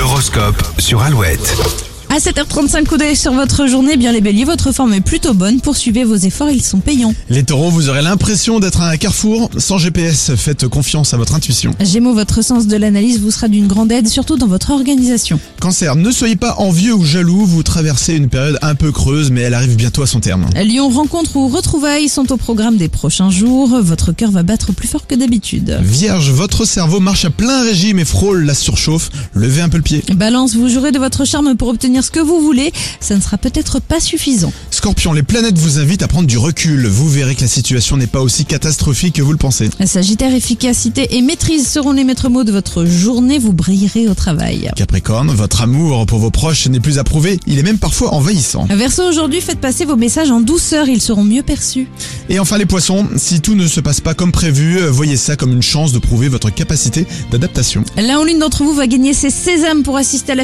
Horoscope sur Alouette. À 7h35, coup d'œil sur votre journée. Bien les béliers, votre forme est plutôt bonne. Poursuivez vos efforts, ils sont payants. Les taureaux, vous aurez l'impression d'être à un carrefour sans GPS. Faites confiance à votre intuition. Gémeaux, votre sens de l'analyse vous sera d'une grande aide, surtout dans votre organisation. Cancer, ne soyez pas envieux ou jaloux. Vous traversez une période un peu creuse, mais elle arrive bientôt à son terme. Lyon, rencontres ou retrouvailles sont au programme des prochains jours. Votre cœur va battre plus fort que d'habitude. Vierge, votre cerveau marche à plein régime et frôle la surchauffe. Levez un peu le pied. Balance, vous jouerez de votre charme pour obtenir ce que vous voulez. Ça ne sera peut-être pas suffisant. Scorpion, les planètes vous invitent à prendre du recul. Vous verrez que la situation n'est pas aussi catastrophique que vous le pensez. Sagittaire, efficacité et maîtrise seront les maîtres mots de votre journée. Vous brillerez au travail. Capricorne, votre amour pour vos proches n'est plus approuvé. Il est même parfois envahissant. Verseau, aujourd'hui, faites passer vos messages en douceur. Ils seront mieux perçus. Et enfin les poissons, si tout ne se passe pas comme prévu, euh, voyez ça comme une chance de prouver votre capacité d'adaptation. L'un ou l'une d'entre vous va gagner ses sésames pour assister à la